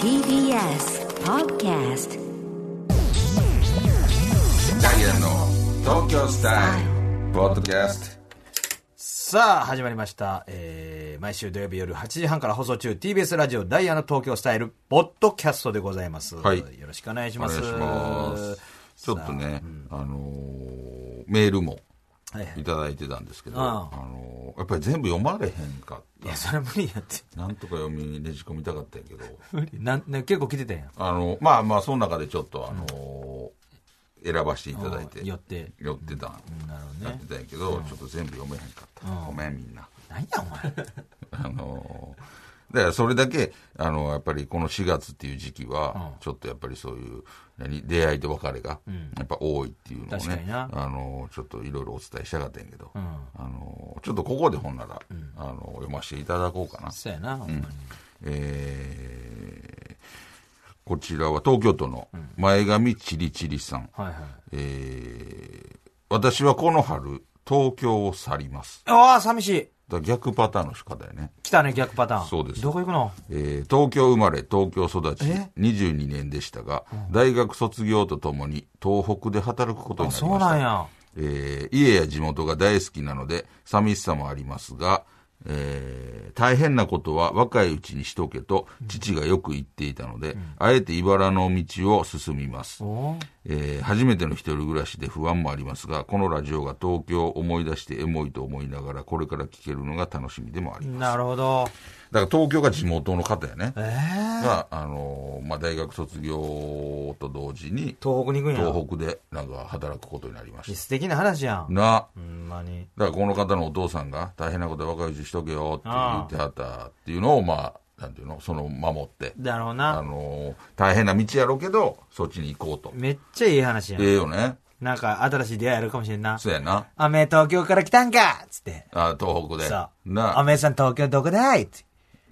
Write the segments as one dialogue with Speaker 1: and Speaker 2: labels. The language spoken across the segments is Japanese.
Speaker 1: TBS Podcast
Speaker 2: ダイアンの東京スタイルポッドキャス
Speaker 3: さあ、始まりました。えー、毎週土曜日夜8時半から放送中、TBS ラジオダイヤの東京スタイル、ポッドキャストでございます。
Speaker 2: はい
Speaker 3: よろしくお願いし
Speaker 2: トお
Speaker 3: ま
Speaker 2: 願い
Speaker 3: す。
Speaker 2: しますちょっとね、あのーメールも
Speaker 3: はいはい
Speaker 2: いただいてたんですけど、
Speaker 3: うん
Speaker 2: あのーやっぱり全部読まれへんかっ
Speaker 3: いや、それは無理やって。
Speaker 2: たなんとか読みねじ込みたかったんやけど
Speaker 3: 無理。なん、ね、結構来てたやん。
Speaker 2: あのまあまあその中でちょっとあのー選ばせていただいて
Speaker 3: 寄って。
Speaker 2: 寄ってたん
Speaker 3: なるほど
Speaker 2: やっ
Speaker 3: ね
Speaker 2: て。たんやけど、ちょっと全部読めへんかった、ごめんみんな
Speaker 3: 何や、お前。
Speaker 2: あのーだからそれだけ、あのやっぱりこの4月っていう時期は、ちょっとやっぱりそういう、何、出会いと別れが、やっぱ多いっていうのを
Speaker 3: 確かに
Speaker 2: ね、
Speaker 3: な
Speaker 2: あのーちょっといろいろお伝えしたかったんやけど、
Speaker 3: ん
Speaker 2: あのーちょっとここでほんなら、あのー読ませていただこうかな。
Speaker 3: そうやな、ほんまに。
Speaker 2: えーこちらは東京都の前髪ちりちりさん。
Speaker 3: はいはい。
Speaker 2: えー私はこの春、東京を去ります。
Speaker 3: ああ、寂しい。
Speaker 2: だから逆パターンの仕方やね。
Speaker 3: 来たね、逆パターン。
Speaker 2: そうです
Speaker 3: どこ行くの
Speaker 2: えー東京生まれ東京育ち22年でしたが、大学卒業とともに東北で働くことに
Speaker 3: あ、
Speaker 2: なり
Speaker 3: そう
Speaker 2: まし
Speaker 3: な
Speaker 2: た、
Speaker 3: んや。
Speaker 2: えー家や地元が大好きなので寂しさもありますが、えー大変なことは若いうちにしとけと父がよく言っていたので、あえて茨の道を進みます、
Speaker 3: お
Speaker 2: えー初めての一人暮らしで不安もありますがこのラジオが東京を思い出してエモいと思いながらこれから聞けるのが楽しみでもあります
Speaker 3: なるほど。
Speaker 2: だから東京が地元の方やね、
Speaker 3: ええ
Speaker 2: が、あのーまあ、大学卒業と同時に、
Speaker 3: 東北に行くんや。
Speaker 2: 東北でなんか働くことになりま
Speaker 3: いや
Speaker 2: し
Speaker 3: 素敵な話や
Speaker 2: た。
Speaker 3: ん。
Speaker 2: な、
Speaker 3: ほんまに。
Speaker 2: だからこの方のお父さんが、大変なことは若いうちしとけよって言ってはったっていうのを、まあ、なんていうの、その守って、
Speaker 3: だろう
Speaker 2: あ
Speaker 3: な。
Speaker 2: のー大変な道やろうけど、そっちに行こうと。
Speaker 3: めっちゃいい話やん。
Speaker 2: ええよね。
Speaker 3: なんか新しい出会いあるかもしれんな。
Speaker 2: そうやな。
Speaker 3: アメ東京から来たんかっつって。
Speaker 2: あ東北で。
Speaker 3: さ
Speaker 2: な
Speaker 3: あ、アメさん東京どこだいって。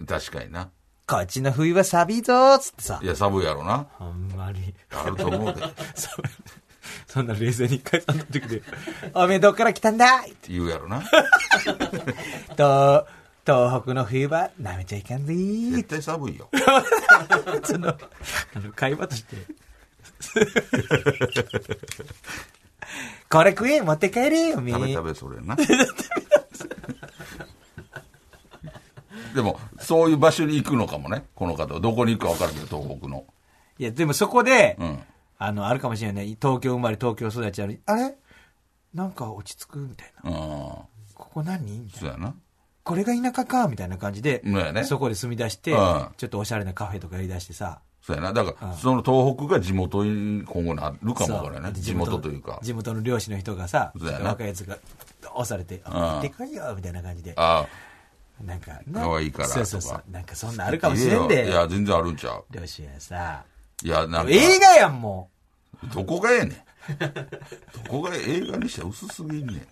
Speaker 2: 確かにな。
Speaker 3: こっちの冬は寒いぞっつってさ
Speaker 2: い。や、寒いやろな。
Speaker 3: ほんまに。
Speaker 2: あると思うで。
Speaker 3: そそんな冷静に一回さんの時で、アメどっから来たんだい
Speaker 2: 言うや ろな。
Speaker 3: と、東北の冬は舐めちゃいかんぜー
Speaker 2: 絶
Speaker 3: っ
Speaker 2: 対寒いよ。
Speaker 3: てその、あの、会話として。 これ食え、持って帰れよ、み
Speaker 2: 食べ食べそれな でもそういう場所に行くのかもねこの方はどこに行くか分かるけど東北の
Speaker 3: いや、でもそこで、
Speaker 2: うん
Speaker 3: あの、あるかもしれない。東京生まれ、東京育ちなのにあれなんか落ち着くみたいな。
Speaker 2: うん
Speaker 3: ここ何みたい
Speaker 2: そ
Speaker 3: な。
Speaker 2: うやな
Speaker 3: これが田舎かみたいな感じで、
Speaker 2: そうやね
Speaker 3: そこで住み出して、
Speaker 2: うん
Speaker 3: ちょっとおしゃれなカフェとかやり出してさ。
Speaker 2: そうやなだからその東北が地元に今後なるかも分からないう
Speaker 3: そ
Speaker 2: ね地元というか
Speaker 3: 地元の漁師の人がさ、
Speaker 2: そうやな
Speaker 3: ちょっと若いやつが押されて、行ってこいよみたいな感じで。
Speaker 2: あ
Speaker 3: なんか、
Speaker 2: 可愛いからと
Speaker 3: そ
Speaker 2: か
Speaker 3: うそうそう。なんかそんなんあるかもしれん
Speaker 2: いやい
Speaker 3: で。
Speaker 2: や全然あるんちゃう
Speaker 3: 漁師はさ。
Speaker 2: いやなんか
Speaker 3: 映画やん、も
Speaker 2: どこがええねんどこが映画にしては薄すぎんねん
Speaker 3: う。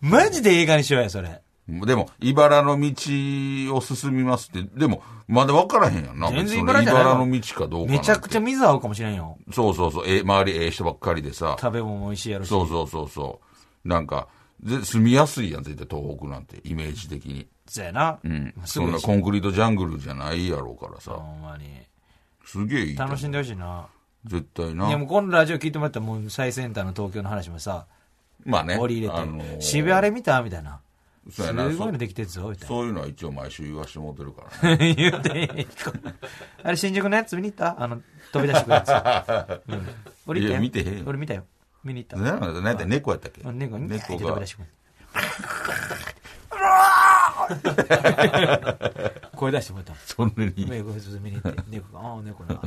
Speaker 3: マジで映画にしようや、それ。
Speaker 2: でも、茨の道を進みますって、でも、まだ分からへんやんな。
Speaker 3: 全然
Speaker 2: その
Speaker 3: 茨じゃない
Speaker 2: の道かどうかなん
Speaker 3: め
Speaker 2: て
Speaker 3: ちゃくちゃ水合うかもしれんよ。
Speaker 2: そうそうそう、え、周りええ人ばっかりでさ、
Speaker 3: 食べ物も美味しいやろし。
Speaker 2: そうそうそうそう、なんか、ぜ住みやすいやん、絶対東北なんて、イメージ的に。
Speaker 3: そうやな。
Speaker 2: うん。
Speaker 3: す
Speaker 2: そ
Speaker 3: ぐ
Speaker 2: んな
Speaker 3: やし
Speaker 2: コンクリートジャングルじゃないやろうから
Speaker 3: ほ
Speaker 2: さ、
Speaker 3: んまに。
Speaker 2: すげえいいと思う。
Speaker 3: 楽しんでほしいな。
Speaker 2: 絶対
Speaker 3: いやも
Speaker 2: な。
Speaker 3: うこのラジオ聞いてもらったらもう最先端の東京の話もさ、
Speaker 2: まあね。
Speaker 3: 折り入れて、
Speaker 2: ー
Speaker 3: 渋谷あれ見たみたいな。
Speaker 2: そう
Speaker 3: す
Speaker 2: やな
Speaker 3: ごい
Speaker 2: そ。
Speaker 3: のできてるぞ、みたいな。
Speaker 2: そういうのは一応毎週言わしてもらってる からね。
Speaker 3: 言うていい あれ新宿のやつ見に行ったあの、飛び出してく るやつ。うん、俺見
Speaker 2: い
Speaker 3: たよ
Speaker 2: や見てへんよ
Speaker 3: 俺見たよ。見に行った。
Speaker 2: なんだなんだ猫やったっけ
Speaker 3: 猫に、
Speaker 2: 猫
Speaker 3: 飛び
Speaker 2: が
Speaker 3: 出し。てくる。 声出してもらった。
Speaker 2: そんなに。
Speaker 3: 猫が見に行って、猫が、ああ、猫な。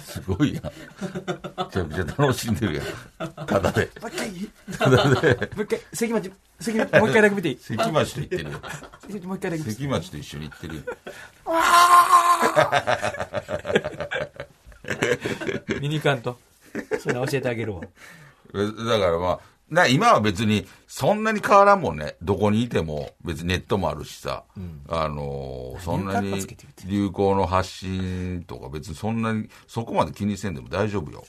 Speaker 2: すごいやん。めちゃくちゃ楽しんでるやん。肩で。肩で。
Speaker 3: もう一回、関町、関町、もう一回だけ見ていい
Speaker 2: 関町と言ってるよ。
Speaker 3: 関町もう一回だけ見てい
Speaker 2: 関
Speaker 3: い
Speaker 2: 町と一緒に行ってるよ。
Speaker 3: 見に行かんと。それ教えてあげるわ。
Speaker 2: えだからまあ、な今は別に、そんなに変わらんもんね。どこにいても、別にネットもあるしさ、あのーそんな
Speaker 3: 流行
Speaker 2: に
Speaker 3: 活動つけてるって
Speaker 2: 流行の発信とか別にそんなに、そこまで気にせんでも大丈夫よ。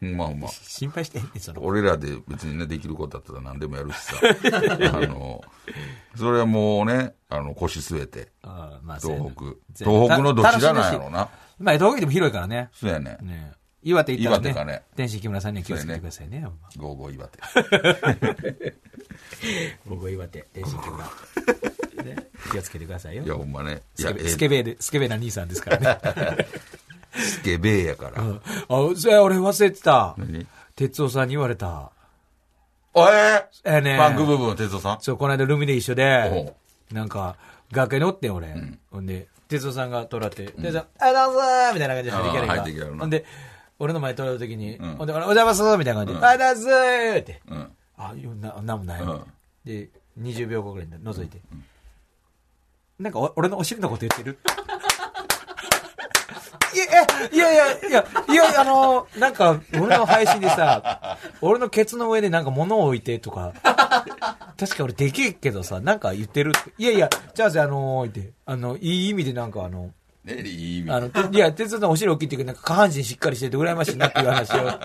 Speaker 2: まあまあ。
Speaker 3: 心配してんねんその。
Speaker 2: 俺らで別にね、できることだったら何でもやるし さ。あの、それはもうね、あの、腰据えて、
Speaker 3: あまあそうやな
Speaker 2: 東北。東北のどちらなんやろう。
Speaker 3: た楽しみだし
Speaker 2: な。
Speaker 3: まあ、東北でも広いからね。
Speaker 2: そうやね。
Speaker 3: ね岩手行ったらね。
Speaker 2: 岩手かね
Speaker 3: 天心木村さんには気をつけてくださいね。ほんま
Speaker 2: ゴーゴー岩手。
Speaker 3: 僕は岩手、天心 木村。ね気をつけてくださいよ
Speaker 2: いや、。ほんまね。い
Speaker 3: ス
Speaker 2: や
Speaker 3: ケ、ベ
Speaker 2: ええ
Speaker 3: スケベで、スケベな兄さんですからね。
Speaker 2: スケベやから。
Speaker 3: あ、それ俺忘れてた
Speaker 2: 何。
Speaker 3: 哲夫さんに言われた。
Speaker 2: おえ
Speaker 3: えーね
Speaker 2: パンク部分、哲夫さん
Speaker 3: そう、この間ルミネ一緒で、なんか、楽屋におってん俺。ほんで、哲夫さんが取らって、哲夫さん、ありがとうございますみたいな感じで入っ
Speaker 2: あー
Speaker 3: てきや
Speaker 2: 入ってき
Speaker 3: る
Speaker 2: や
Speaker 3: か
Speaker 2: る
Speaker 3: ら。
Speaker 2: な
Speaker 3: ほんで、俺の前取られた時に、
Speaker 2: ん
Speaker 3: ほんで、俺おはようございますみたいな感じで、ありがとうございますって。
Speaker 2: うん。
Speaker 3: あ、いやななんもない、
Speaker 2: うん
Speaker 3: で、20秒後ぐらいに覗いて。なんかお、俺のお尻のこと言ってる いや、いや、いや、いや、いや、いや、あの、なんか、俺の配信で さ、俺のケツの上でなんか物を置いてとか、確か俺でけえけどさ、なんか言ってるって。いやいや、じゃあ、じゃあ、あのー、って、あの、いい意味でなんかあの、
Speaker 2: ね、いい意味
Speaker 3: あの、いや、哲夫さんお尻大きいっていうか、なんか下半身しっかりしてて羨ましいなっていう話を
Speaker 2: 嘘ついて。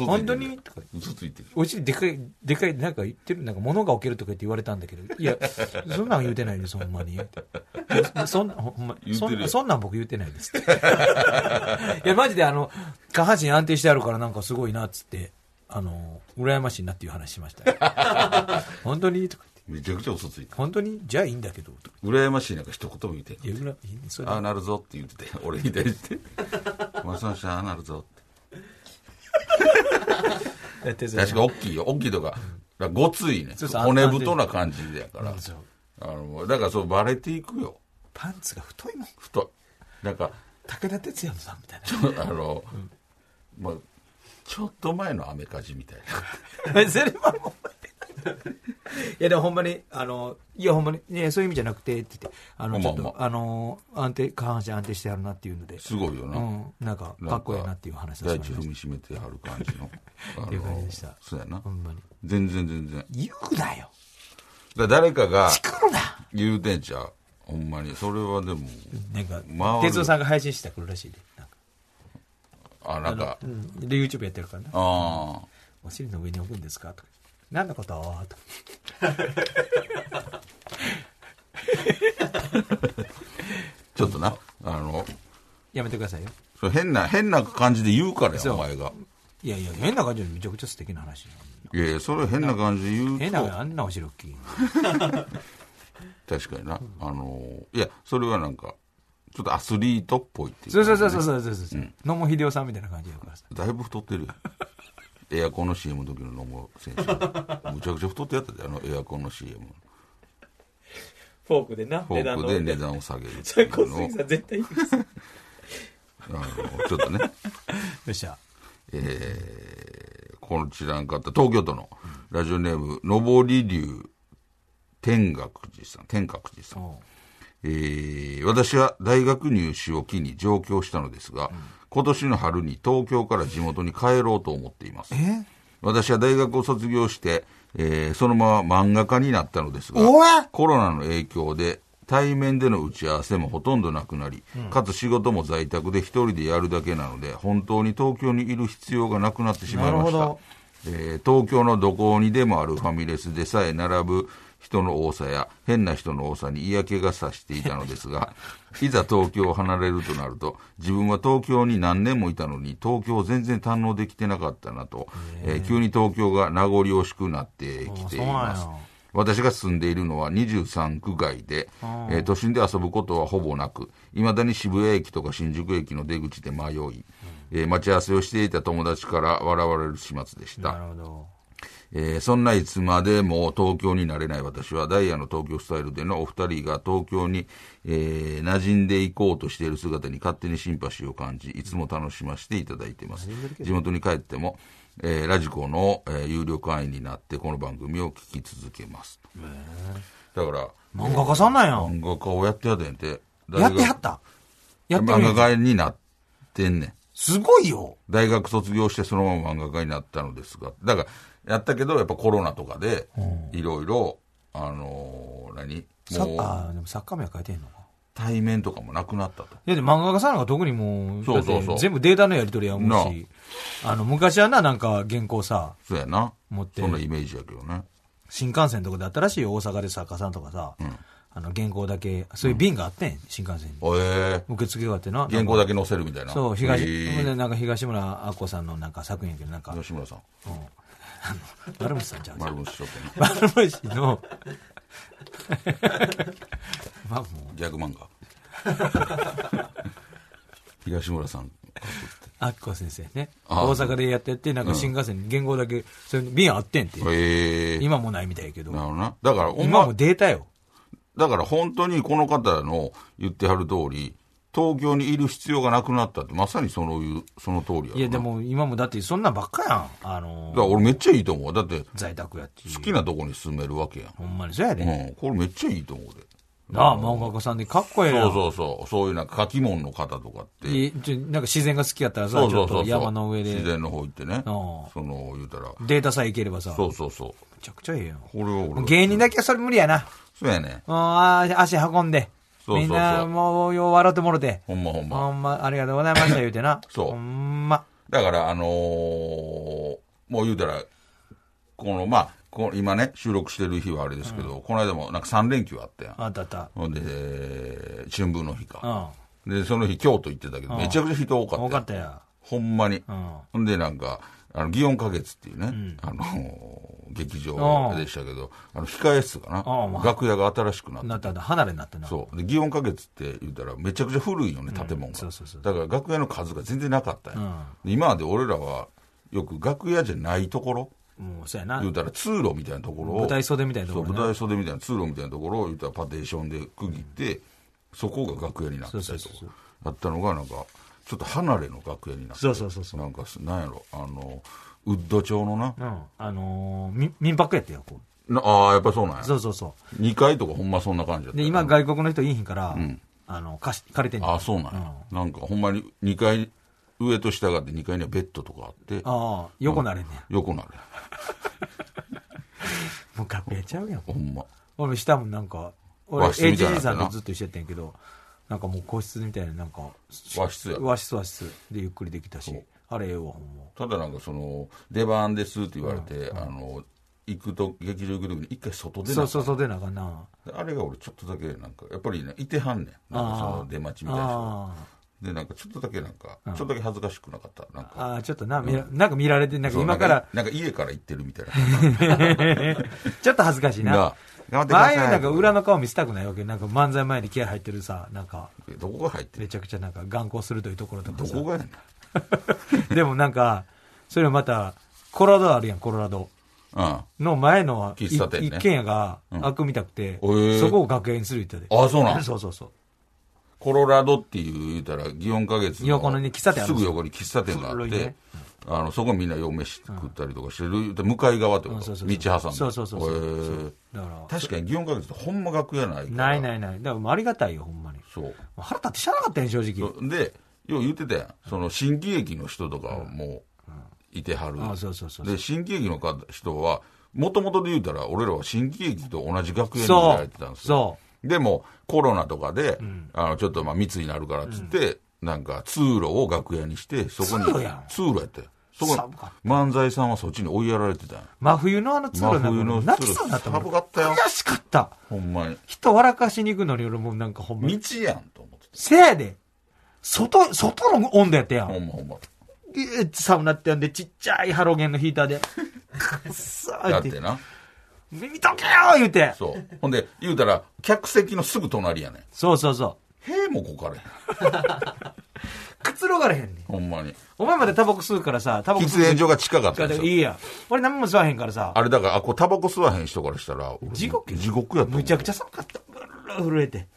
Speaker 2: る
Speaker 3: 本当にとか
Speaker 2: 嘘ついてる。
Speaker 3: お尻でかい、でかい、なんか言ってる、なんか物が置けるとか言って言われたんだけど、いや、そんなん言うてないです、ほんまに。そんな、ほんま、
Speaker 2: 言うて
Speaker 3: そ
Speaker 2: る
Speaker 3: ん
Speaker 2: やん
Speaker 3: そんなん僕言うてないですって。 いや、マジであの、下半身安定してあるからなんかすごいな、っつって、あの、羨ましいなっていう話しました。本当にとか言って、
Speaker 2: めちゃくちゃ嘘ついてる。
Speaker 3: 本当にじゃあいいんだけど、とか
Speaker 2: 羨ましいなんか一言も言ってない。
Speaker 3: 言うぐらい、それ
Speaker 2: ああなるぞって言って て、俺に対して。まさしああなるぞって。
Speaker 3: やって
Speaker 2: 確か大きいよ。大きいとか、だからごついね。
Speaker 3: そうそう
Speaker 2: 骨太な感じやから。
Speaker 3: そう
Speaker 2: あの、だからそう、バレていくよ。
Speaker 3: パンツが太いもん。
Speaker 2: 太い。なんか、
Speaker 3: 武田鉄矢のさんみたい な。
Speaker 2: あの、まあ、ちょっと前のアメカジみたい
Speaker 3: それはもう。い やでもほんまに、あの、いやほんまに、ね、そういう意味じゃなくて、って言って、あの、ち
Speaker 2: まあ
Speaker 3: ょっと、
Speaker 2: まあ
Speaker 3: あの、安定、下半身安定してやるなっていうので、
Speaker 2: すごいよな
Speaker 3: うん、なんか、
Speaker 2: な。
Speaker 3: かっこええなっていう話を
Speaker 2: 大
Speaker 3: しま
Speaker 2: 地
Speaker 3: し
Speaker 2: 踏
Speaker 3: た。
Speaker 2: みしめてはる感じの。あ
Speaker 3: っていう感じでした
Speaker 2: そうやな
Speaker 3: ほ。んまに。
Speaker 2: 全然全然。だか
Speaker 3: 言うなよ
Speaker 2: ら誰かが
Speaker 3: 作るな
Speaker 2: 言うてんちゃう。ほんまに。それはでも、
Speaker 3: なんか
Speaker 2: ま、あ
Speaker 3: 哲夫さんが配信してた頃らしいで。なんか
Speaker 2: あ、なんか
Speaker 3: う、んで、YouTube やってるからな。
Speaker 2: ああ。
Speaker 3: お尻の上に置くんですかとか。何のこととか。
Speaker 2: ちょっとな、あの、
Speaker 3: やめてくださいよ。
Speaker 2: そう変な、変な感じで言うから
Speaker 3: そう
Speaker 2: や、お前が。
Speaker 3: いやいや、変な感じでめちゃくちゃ素敵な話。
Speaker 2: いやいや、それ変な感じで言うと。
Speaker 3: 変な、あんなお尻大きい。
Speaker 2: 確かにな、あのーいやそれはなんかちょっとアスリートっぽいっていう
Speaker 3: そう
Speaker 2: か
Speaker 3: そうそうそうそうそうそう、野茂英雄さんみたいな感じだからさ
Speaker 2: だいぶ太って るよエアコンの CM の時の野茂選手むちゃくちゃ太ってやったであのエアコンの CM
Speaker 3: フォークでな
Speaker 2: フォークで値段を下げるっていうのを
Speaker 3: ん絶対いいです
Speaker 2: あのちょっとね
Speaker 3: よっしゃ
Speaker 2: えー、こちらの方東京都のラジオネーム上り竜天岳寺さん天閣寺さん
Speaker 3: おう
Speaker 2: えー私は大学入試を機に上京したのですが、今年の春に東京から地元に帰ろうと思っています。
Speaker 3: え
Speaker 2: 私は大学を卒業して、えーそのまま漫画家になったのですが、
Speaker 3: わ
Speaker 2: コロナの影響で対面での打ち合わせもほとんどなくなり、かつ仕事も在宅で一人でやるだけなので、本当に東京にいる必要がなくなってしまいまし
Speaker 3: なる
Speaker 2: た
Speaker 3: ほど。
Speaker 2: えー東京のどこにでもあるファミレスでさえ並ぶ人の多さや変な人の多さに嫌気がさしていたのです が、いざ東京を離れるとなると、自分は東京に何年もいたのに東京を全然堪能できてなかったなと、えー急に東京が名残惜しくなってきていま
Speaker 3: あそ
Speaker 2: す
Speaker 3: うなんや。
Speaker 2: 私が住んでいるのは23区外で、えー都心で遊ぶことはほぼなく、いまだに渋谷駅とか新宿駅の出口で迷い、えー待ち合わせをしていた友達から笑われる始末でし
Speaker 3: な
Speaker 2: た。
Speaker 3: るほど
Speaker 2: えーそんないつまでも東京になれない私は、ダイヤの東京スタイルでのお二人が東京に、えー馴染んでいこうとしている姿に勝手にシンパシーを感じ、いつも楽しませていただいています。地元に帰っても、えーラジコの、えー有力会員になって、この番組を聞き続けます。だから、
Speaker 3: 漫画家さんなん
Speaker 2: 漫画家をやってやでんて。
Speaker 3: ややってはったやってるん
Speaker 2: 漫
Speaker 3: や
Speaker 2: 画家になってんねん。
Speaker 3: すごいよ
Speaker 2: 大学卒業してそのまま漫画家になったのですが、だから、やったけど、やっぱコロナとかで、いろいろ、あのー何
Speaker 3: サッ
Speaker 2: も
Speaker 3: カ
Speaker 2: う、
Speaker 3: ー、でもサッカー名は変えてんのか。
Speaker 2: 対面とかもなくなったと。
Speaker 3: いや、でも漫画家さんなんか特にもう、
Speaker 2: そうそうそう
Speaker 3: だって全部データのやり取りやもんし、あの、昔はな、なんか原稿さ、
Speaker 2: そうやな。
Speaker 3: 持って
Speaker 2: そんなイメージやけどね。
Speaker 3: 新幹線とかで新しいよ大阪で作家さんとかさ、あの、原稿だけ、そういう便があってん、新幹線に。
Speaker 2: おえ
Speaker 3: 受付があってな。
Speaker 2: ー、原稿だけ載せるみたいな。
Speaker 3: そう、東、
Speaker 2: え
Speaker 3: ほんで
Speaker 2: ー
Speaker 3: なんか東村あこさんのなんか作品やけど、なんか、
Speaker 2: 吉村さん、
Speaker 3: 丸虫さんちゃう
Speaker 2: 丸文書店、
Speaker 3: 丸虫の、 まあもう、
Speaker 2: ギャグ漫画。 東村さん、
Speaker 3: あこ先生ね。
Speaker 2: あ
Speaker 3: 大阪でやってて、なんか新幹線に原稿だけ、それに便あってんって。
Speaker 2: ええー、
Speaker 3: 今もないみたいやけど
Speaker 2: な。るほどな。だから、ほん
Speaker 3: 今
Speaker 2: ま
Speaker 3: も、データよ。
Speaker 2: だから本当にこの方の言ってはる通り、東京にいる必要がなくなったって、まさにそのいう、その通りやろない
Speaker 3: や、で。も今もだってそんなんばっかやん。あの
Speaker 2: だから俺めっちゃいいと思うわ。だって、
Speaker 3: 在宅やっちゅう
Speaker 2: 好きなとこに住めるわけやん。
Speaker 3: ほんまにそうやで。
Speaker 2: うん、これめっちゃいいと思うで。
Speaker 3: なあ、漫画家さんでかっこええな。
Speaker 2: そうそうそう。そういうなんか書き物の方とかって。
Speaker 3: いちょなんか自然が好きやったらさ、
Speaker 2: そう
Speaker 3: ち
Speaker 2: そ
Speaker 3: ょ
Speaker 2: う
Speaker 3: っ
Speaker 2: そ
Speaker 3: と
Speaker 2: う。
Speaker 3: 山の上で
Speaker 2: 自、然の方行ってね。
Speaker 3: ああ
Speaker 2: その、言うたら。
Speaker 3: データさえいければさ、
Speaker 2: そ
Speaker 3: め
Speaker 2: うそうそう。
Speaker 3: ちゃくちゃええやん。
Speaker 2: これは俺
Speaker 3: も
Speaker 2: は
Speaker 3: う芸人だけはそれ無理やな。
Speaker 2: そうやね。
Speaker 3: もうあー足運んで。
Speaker 2: そうそうそう
Speaker 3: みんな、もう、よう笑ってもろて。
Speaker 2: ほんまほんま。
Speaker 3: ほんま、ありがとうございま した、言うてな。
Speaker 2: そう
Speaker 3: ほんま。
Speaker 2: だから、あのーもう言うたら、この、まあ、この今ね、収録してる日はあれですけど、この間もなんか3連休あったやん。
Speaker 3: あったあった。
Speaker 2: ほんで、えー春分の日
Speaker 3: う
Speaker 2: か。
Speaker 3: ん。
Speaker 2: で、その日京都行ってたけど、
Speaker 3: うん
Speaker 2: めちゃくちゃ人多かったやん。
Speaker 3: 多かったや。
Speaker 2: ほんまに。
Speaker 3: うん。
Speaker 2: ほんで、なんか、あの、祇園花月っていうね、あのー劇場でしたけど、あの、控え室か
Speaker 3: うんま
Speaker 2: な
Speaker 3: あ。
Speaker 2: 楽屋が新しくなって
Speaker 3: なったな、離れになったな。
Speaker 2: そう。で、祇園花月って言ったら、めちゃくちゃ古いよね、建物が。
Speaker 3: そうそうそう
Speaker 2: だから、楽屋の数が全然なかったよ、
Speaker 3: うん
Speaker 2: で今まで俺らは、よく楽屋じゃないところ、
Speaker 3: もう、そうやな
Speaker 2: 言。うたら通路みたいなところを。
Speaker 3: 舞台袖みたいなところね
Speaker 2: そう、舞台袖みたいな通路みたいなところを、言うたらパテーションで区切って、そこが楽屋になってたり
Speaker 3: そう
Speaker 2: と
Speaker 3: そ
Speaker 2: か
Speaker 3: うそうそう。
Speaker 2: だったのが、なんか、ちょっと離れの楽屋になって
Speaker 3: そうそうそうそう
Speaker 2: なんか、なんやろ、あの、ウッド調のな。
Speaker 3: うん。あのー、み民泊やったよ、こう。
Speaker 2: なああ、やっぱりそうなんや。
Speaker 3: そうそうそ
Speaker 2: 2階とかほんまそんな感じだった
Speaker 3: う。で、
Speaker 2: よ
Speaker 3: 今、外国の人いいひんから、あの、貸し、借りてんねん
Speaker 2: あそうなんや、なんかほんまに2階上と下があって2階にはベッドとかあって
Speaker 3: ああ、横なれんねん。
Speaker 2: 横なる
Speaker 3: もう楽屋ちゃうやん。
Speaker 2: ほんま
Speaker 3: 俺、下もなんか、俺、
Speaker 2: 和室みたいな
Speaker 3: HG さんとずっと一緒やってんけど、なんかもう個室みたいな、なんか、
Speaker 2: 和室や
Speaker 3: 和室和室でゆっくりできたし、あれええわ、ほんま。
Speaker 2: ただなんかその出番ですって言われて、あの行くと劇場行く時に一回外で
Speaker 3: そうそうそうでなあかんな。
Speaker 2: あれが俺ちょっとだけなんかやっぱりねいてはんねんなんかその出待ちみたいな人が
Speaker 3: あ
Speaker 2: でなんかちょっとだけなんか、ちょっとだけ恥ずかしくなかったなん
Speaker 3: あ
Speaker 2: か
Speaker 3: ああ、ちょっとな、見らなんか見られて、なんか
Speaker 2: そう
Speaker 3: 今から、
Speaker 2: なんかなんか家から行ってるみたいな感
Speaker 3: ちょっと恥ずかしい
Speaker 2: じが
Speaker 3: な。
Speaker 2: 頑張ってく
Speaker 3: まああ
Speaker 2: だ
Speaker 3: あ
Speaker 2: さ
Speaker 3: い
Speaker 2: いう
Speaker 3: なんか裏の顔見せたくないわけ。なんか漫才前に気合入ってるさ、なんか、
Speaker 2: どこが入って
Speaker 3: め
Speaker 2: る
Speaker 3: ちゃくちゃなんか眼光鋭いところとか
Speaker 2: ど
Speaker 3: さ
Speaker 2: こ。がやねん
Speaker 3: でもなんか、それまた、コロラドあるやん、コロラド。
Speaker 2: うんあ
Speaker 3: の前のい
Speaker 2: 喫茶店ね
Speaker 3: 一軒家が開くみたくて、
Speaker 2: ー
Speaker 3: そこを楽屋にする言ってたで。
Speaker 2: あそうなん
Speaker 3: そうそうそう。
Speaker 2: コロラドっていう言うたら祇園花月の
Speaker 3: 横のね喫茶店あ
Speaker 2: す
Speaker 3: るんですよ
Speaker 2: ぐ横に喫茶店があって、
Speaker 3: 古いね
Speaker 2: あのそこみんな夜飯食ったりとかしてる、言うたら向かい側ってこ
Speaker 3: うん
Speaker 2: と、
Speaker 3: そうそうそう
Speaker 2: 道挟んで
Speaker 3: そうそうそうそう
Speaker 2: へー
Speaker 3: だから、
Speaker 2: 確かに祇園花月ってほんま楽屋ないから
Speaker 3: ないないいない。だからもうありがたいよ、ほんまに。
Speaker 2: そう
Speaker 3: 腹立ってしゃあなかったやん、正直。
Speaker 2: そうでよう言ってたやんその新喜劇の人とかはもういてはる、
Speaker 3: あそうそうそうそう
Speaker 2: で新喜劇の方人はもともとで言うたら俺らは新喜劇と同じ楽屋にいら
Speaker 3: そ
Speaker 2: れ
Speaker 3: う
Speaker 2: てたん。ですよ
Speaker 3: そ
Speaker 2: でも、コロナとかで、あの、ちょっとまあ密になるからっつって、なんか通路を楽屋にして、そこに。
Speaker 3: 通路やん
Speaker 2: 通路やったよ。そこに
Speaker 3: 寒かっ
Speaker 2: 漫才さんはそっちに追いやられてたんよ
Speaker 3: う。真冬のあの通路なんかもう
Speaker 2: 真
Speaker 3: 泣きそうになったもん
Speaker 2: 寒。かったよ。
Speaker 3: 悔しかった。
Speaker 2: ほんまに。
Speaker 3: 人笑かしに行くのに俺もうなんかほんまに。
Speaker 2: 道やんと思って
Speaker 3: せやで。外、外の温度やったや
Speaker 2: た。ほ
Speaker 3: ん。
Speaker 2: んまほんま。
Speaker 3: ぎゅーってサウナってやんで、ちっちゃいハロゲンのヒーター で。くっそ
Speaker 2: だ
Speaker 3: ーっ
Speaker 2: って
Speaker 3: て。
Speaker 2: な。
Speaker 3: 見とけよー言うて。
Speaker 2: そう。ほんで、言うたら、客席のすぐ隣やねん。
Speaker 3: そうそうそ
Speaker 2: へえもこかれへん。
Speaker 3: う。くつろがれへんねん。
Speaker 2: ほんまに。
Speaker 3: お前までタバコ吸うからさ、タバコ吸う
Speaker 2: 喫煙所が近かったんですよ。
Speaker 3: いいや。俺何も吸わへんからさ、
Speaker 2: あれだから、あ、こうタバコ吸わへん人からしたら、俺
Speaker 3: 地獄
Speaker 2: 地獄やと思う。
Speaker 3: むちゃくちゃ寒かった。ブルー震えて。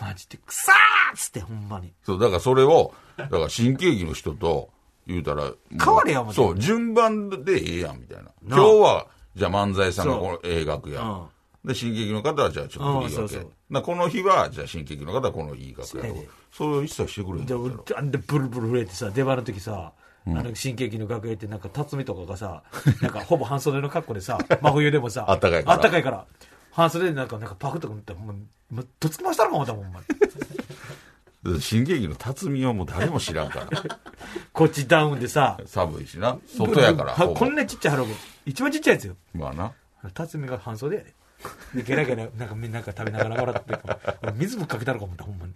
Speaker 3: マジで、くさーっつって、ほんまに。
Speaker 2: そう、だからそれを、だから新喜劇の人と、言うたら、もう
Speaker 3: 変われや思て
Speaker 2: そう、順番でええやん、みたいな。今
Speaker 3: あ
Speaker 2: 日は、じゃあ漫才さんが
Speaker 3: そう
Speaker 2: この映画や。で、新喜劇の方は、じゃあちょっといい
Speaker 3: うん
Speaker 2: わ
Speaker 3: そ
Speaker 2: け。だ
Speaker 3: うそ
Speaker 2: か
Speaker 3: う
Speaker 2: らこの日は、じゃあ新喜劇の方はこのいい楽
Speaker 3: そう
Speaker 2: や
Speaker 3: や
Speaker 2: と
Speaker 3: で。
Speaker 2: それを一切してくれへんかっ
Speaker 3: で、
Speaker 2: た
Speaker 3: 俺
Speaker 2: ら。
Speaker 3: あんでブルブル震えてさ、出番の時さ、あの新喜劇の楽屋行ってなんか辰巳とかがさなんかほぼ半袖の格好でさ 真冬でもさ
Speaker 2: あったかいから
Speaker 3: あったかいから半袖でなんかなんかパクとか塗ったらもうもうどつきましたらもうだもんお前
Speaker 2: 新喜劇の辰巳はもう誰も知らん から。
Speaker 3: こっちダウンでさ
Speaker 2: 寒いし な。外やから。
Speaker 3: は
Speaker 2: ほぼ
Speaker 3: こんなちっちゃいハロウィン一番ちっちゃいやつよ
Speaker 2: まあな。
Speaker 3: 辰巳が半袖やででゲラゲラなんかみんなが食べながら笑って俺水ぶっかけたのか思ったほんまに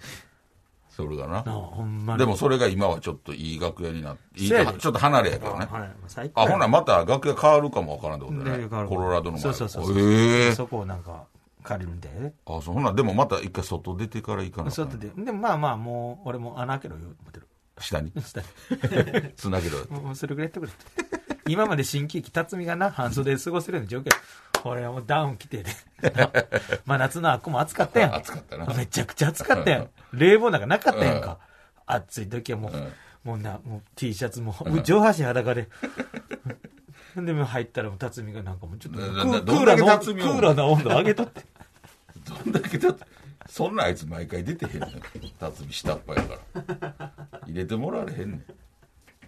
Speaker 2: それが
Speaker 3: なあ
Speaker 2: な。
Speaker 3: ほんまに
Speaker 2: でもそれが今はちょっといい楽屋になって、いい
Speaker 3: せやで
Speaker 2: かちょっと離れやからね。
Speaker 3: はい、最高
Speaker 2: あ、ほな、また楽屋変わるかもわからんってことだ
Speaker 3: ね
Speaker 2: ね。
Speaker 3: 変わる
Speaker 2: コロラドの前
Speaker 3: そうそうそう
Speaker 2: ええ
Speaker 3: そこをなんか借りるみたいで
Speaker 2: あ、そう、ほな、でもまた一回外出てから行かなあか
Speaker 3: そうや
Speaker 2: ん
Speaker 3: っててでもまあまあもう俺も穴開けろよ思ってる
Speaker 2: 下 に。
Speaker 3: 下に
Speaker 2: つなげろよ。
Speaker 3: もうもうそれぐらいやってくれって今まで新喜劇辰巳がな半袖で過ごせるような状況俺はもうダウン着てで まあ夏のあっこも暑かったやん
Speaker 2: 暑かったな
Speaker 3: めちゃくちゃ暑かったやん冷房なんかなかったやんか、暑い時はもう、もうなもう T シャツももう上半身裸で でも入ったらもう辰巳がなんかもうちょっともう
Speaker 2: なな
Speaker 3: ク
Speaker 2: ど
Speaker 3: ー
Speaker 2: ん
Speaker 3: ラ
Speaker 2: だ
Speaker 3: ー
Speaker 2: け
Speaker 3: の
Speaker 2: 辰巳
Speaker 3: ク
Speaker 2: を
Speaker 3: ーラーの温度上げとって
Speaker 2: どんだけだって、そんなあいつ毎回出てへんねん。辰巳下っ端やから。入れてもらわれへんねん。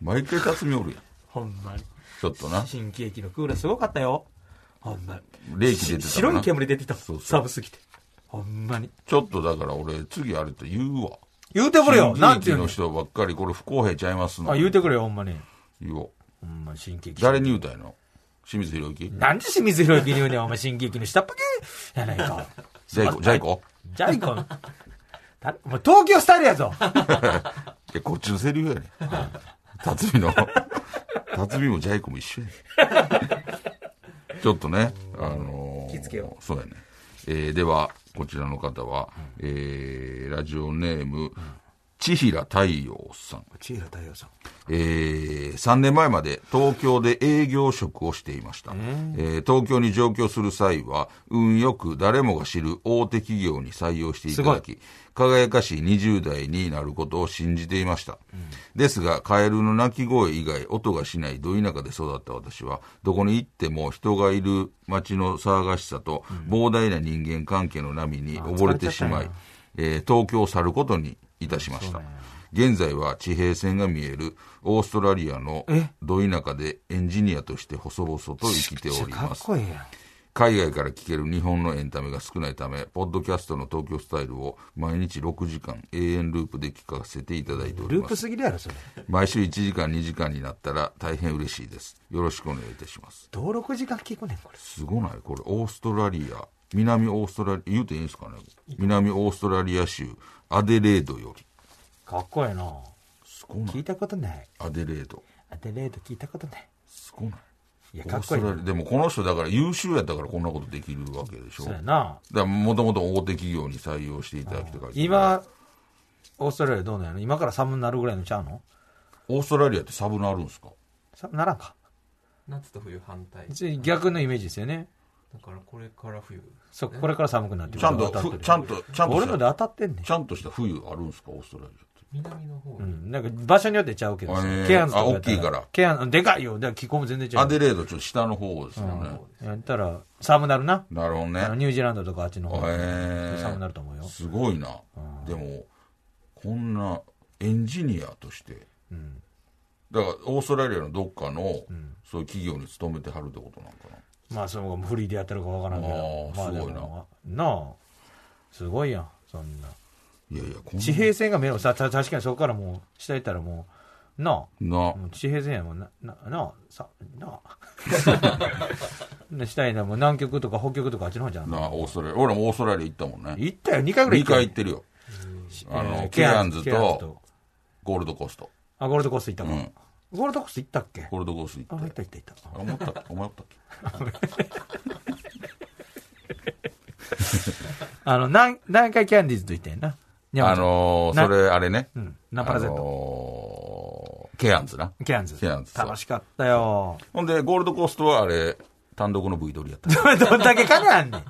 Speaker 2: 毎回辰巳おるやん。
Speaker 3: ほんまに
Speaker 2: ちょっとな。
Speaker 3: 新喜劇のクーラーすごかったよほんまに
Speaker 2: 冷気出てたかな
Speaker 3: し白い煙出てたもん
Speaker 2: そうそう
Speaker 3: 寒すぎてほんまに
Speaker 2: ちょっとだから俺、次あれと言うわ。
Speaker 3: 言うてくれ
Speaker 2: 新
Speaker 3: よ
Speaker 2: 喜劇
Speaker 3: なんていう
Speaker 2: の
Speaker 3: の
Speaker 2: 人ばっかり、これ不公平ちゃいますの。
Speaker 3: あ言うてくれよほんまに
Speaker 2: 言おう。
Speaker 3: ほんま新喜劇
Speaker 2: 誰に言うたんやの清水宏之
Speaker 3: なんで清水宏之に言うねんお前新喜劇の下っ端けやないか
Speaker 2: ジャイコ、ジャイコ
Speaker 3: ジャイコン誰お前東京スタイルやぞ
Speaker 2: いや、こっちのセリフやねん。辰巳の。辰巳もジャイコも一緒や ねん。ちょっとね、あのー
Speaker 3: 気付けよ
Speaker 2: そうやね。えーでは、こちらの方は、えーラジオネーム、千平太陽さん。
Speaker 3: 千尋太陽さん
Speaker 2: えー3年前まで東京で営業職をしていました、えー東京に上京する際は運よく誰もが知る大手企業に採用していただき輝かしい20代になることを信じていました、ですがカエルの鳴き声以外音がしないど田舎で育った私はどこに行っても人がいる街の騒がしさと膨大な人間関係の波に溺れてしまい、えー東京を去ることにいたしました、現在は地平線が見えるオーストラリアのど田舎でエンジニアとして細々と生きており
Speaker 3: か
Speaker 2: ま
Speaker 3: っ
Speaker 2: す
Speaker 3: こええやん
Speaker 2: 海外から聞ける日本のエンタメが少ないためポッドキャストの東京スタイルを毎日6時間永遠ループで聞かせていただいており
Speaker 3: ルー
Speaker 2: ま
Speaker 3: プ
Speaker 2: す
Speaker 3: すぎるやろそれ
Speaker 2: 毎週1時間2時間になったら大変嬉しいですよろしくお願いいたします
Speaker 3: 登録時間聞くねんこれ
Speaker 2: すごないこれオーストラリア南オーストラリア言うていいんですかね南オーストラリア州アデレードより
Speaker 3: かっこええな
Speaker 2: すごな
Speaker 3: 聞
Speaker 2: い
Speaker 3: いたことない
Speaker 2: アデレード
Speaker 3: アデレード聞いたことない
Speaker 2: すごない
Speaker 3: いや
Speaker 2: オ
Speaker 3: か
Speaker 2: ー
Speaker 3: っ
Speaker 2: ス
Speaker 3: こ
Speaker 2: ト
Speaker 3: いい
Speaker 2: ラリアでもこの人だから優秀やったからこんなことできるわけでしょ
Speaker 3: そうや
Speaker 2: だか
Speaker 3: な
Speaker 2: らもともと大手企業に採用していただきとか
Speaker 3: 今オーストラリアどうなんやろ今から寒になるぐらいのちゃうの
Speaker 2: オーストラリアってサブのあるんですか
Speaker 3: 寒ならんか
Speaker 4: 夏と冬反対
Speaker 3: 別に逆のイメージですよね
Speaker 4: だからこれから冬
Speaker 3: そうこれから寒くなってく
Speaker 2: ちゃんとふちゃんとちゃんと
Speaker 3: 俺
Speaker 2: し
Speaker 3: ので
Speaker 2: た
Speaker 3: 当たってんねん
Speaker 2: ちゃんとした冬あるんですかオーストラリ
Speaker 4: 南の方、
Speaker 3: うん、なんか場所によってちゃうけどさ、
Speaker 2: へー
Speaker 3: ケアンズとかや
Speaker 2: あ大きいから
Speaker 3: ケアンズでかいよだから気候も全然ち
Speaker 2: ア
Speaker 3: ゃ
Speaker 2: ア
Speaker 3: う
Speaker 2: デレードちょっと下の方ですよね、
Speaker 3: やったら寒なるな、
Speaker 2: なるほどね
Speaker 3: あのニュージーランドとかあっちの方
Speaker 2: へー
Speaker 3: 寒なると思うよ
Speaker 2: すごいな、でもこんなエンジニアとして、だからオーストラリアのどっかの、そういう企業に勤めてはるってことなんかな
Speaker 3: まあそのフリーでやってるかわからんけど
Speaker 2: あー
Speaker 3: まあ
Speaker 2: すごいな
Speaker 3: でもなあすごいやんそんない
Speaker 2: やいやこんな
Speaker 3: 地平線が見えるさた確かにそこからもう下行ったらもうな
Speaker 2: な
Speaker 3: あもう地平線やもんなななあさな あで下行ったらもう南極とか北極とかあっちの方じゃん
Speaker 2: なオーストラリア俺もオーストラリア行ったもんね
Speaker 3: 行ったよ2回ぐら
Speaker 2: 2
Speaker 3: い行ったよ
Speaker 2: 回行ってるよあ
Speaker 3: え
Speaker 2: の
Speaker 3: ー
Speaker 2: ケアンズ
Speaker 3: ケアンズ
Speaker 2: とゴールドコースト
Speaker 3: あゴールドコースト行った
Speaker 2: う
Speaker 3: か、
Speaker 2: ん
Speaker 3: ゴールドコースト行ったっけ
Speaker 2: ゴールドコースト
Speaker 3: あ
Speaker 2: 行
Speaker 3: 行
Speaker 2: っ
Speaker 3: ってた行った行った
Speaker 2: あ思ったお前おったっけ
Speaker 3: あの南南海キャンディーズと行ったよな
Speaker 2: あ
Speaker 3: 山ちゃん
Speaker 2: のー
Speaker 3: な
Speaker 2: それあれね
Speaker 3: うんナンパラゼット
Speaker 2: あのーケアンズな
Speaker 3: ケアンズ
Speaker 2: ケアンズそう
Speaker 3: 楽しかったよ
Speaker 2: ほんでゴールドコーストはあれ単独の V 撮りやった
Speaker 3: どんだけ金あんねん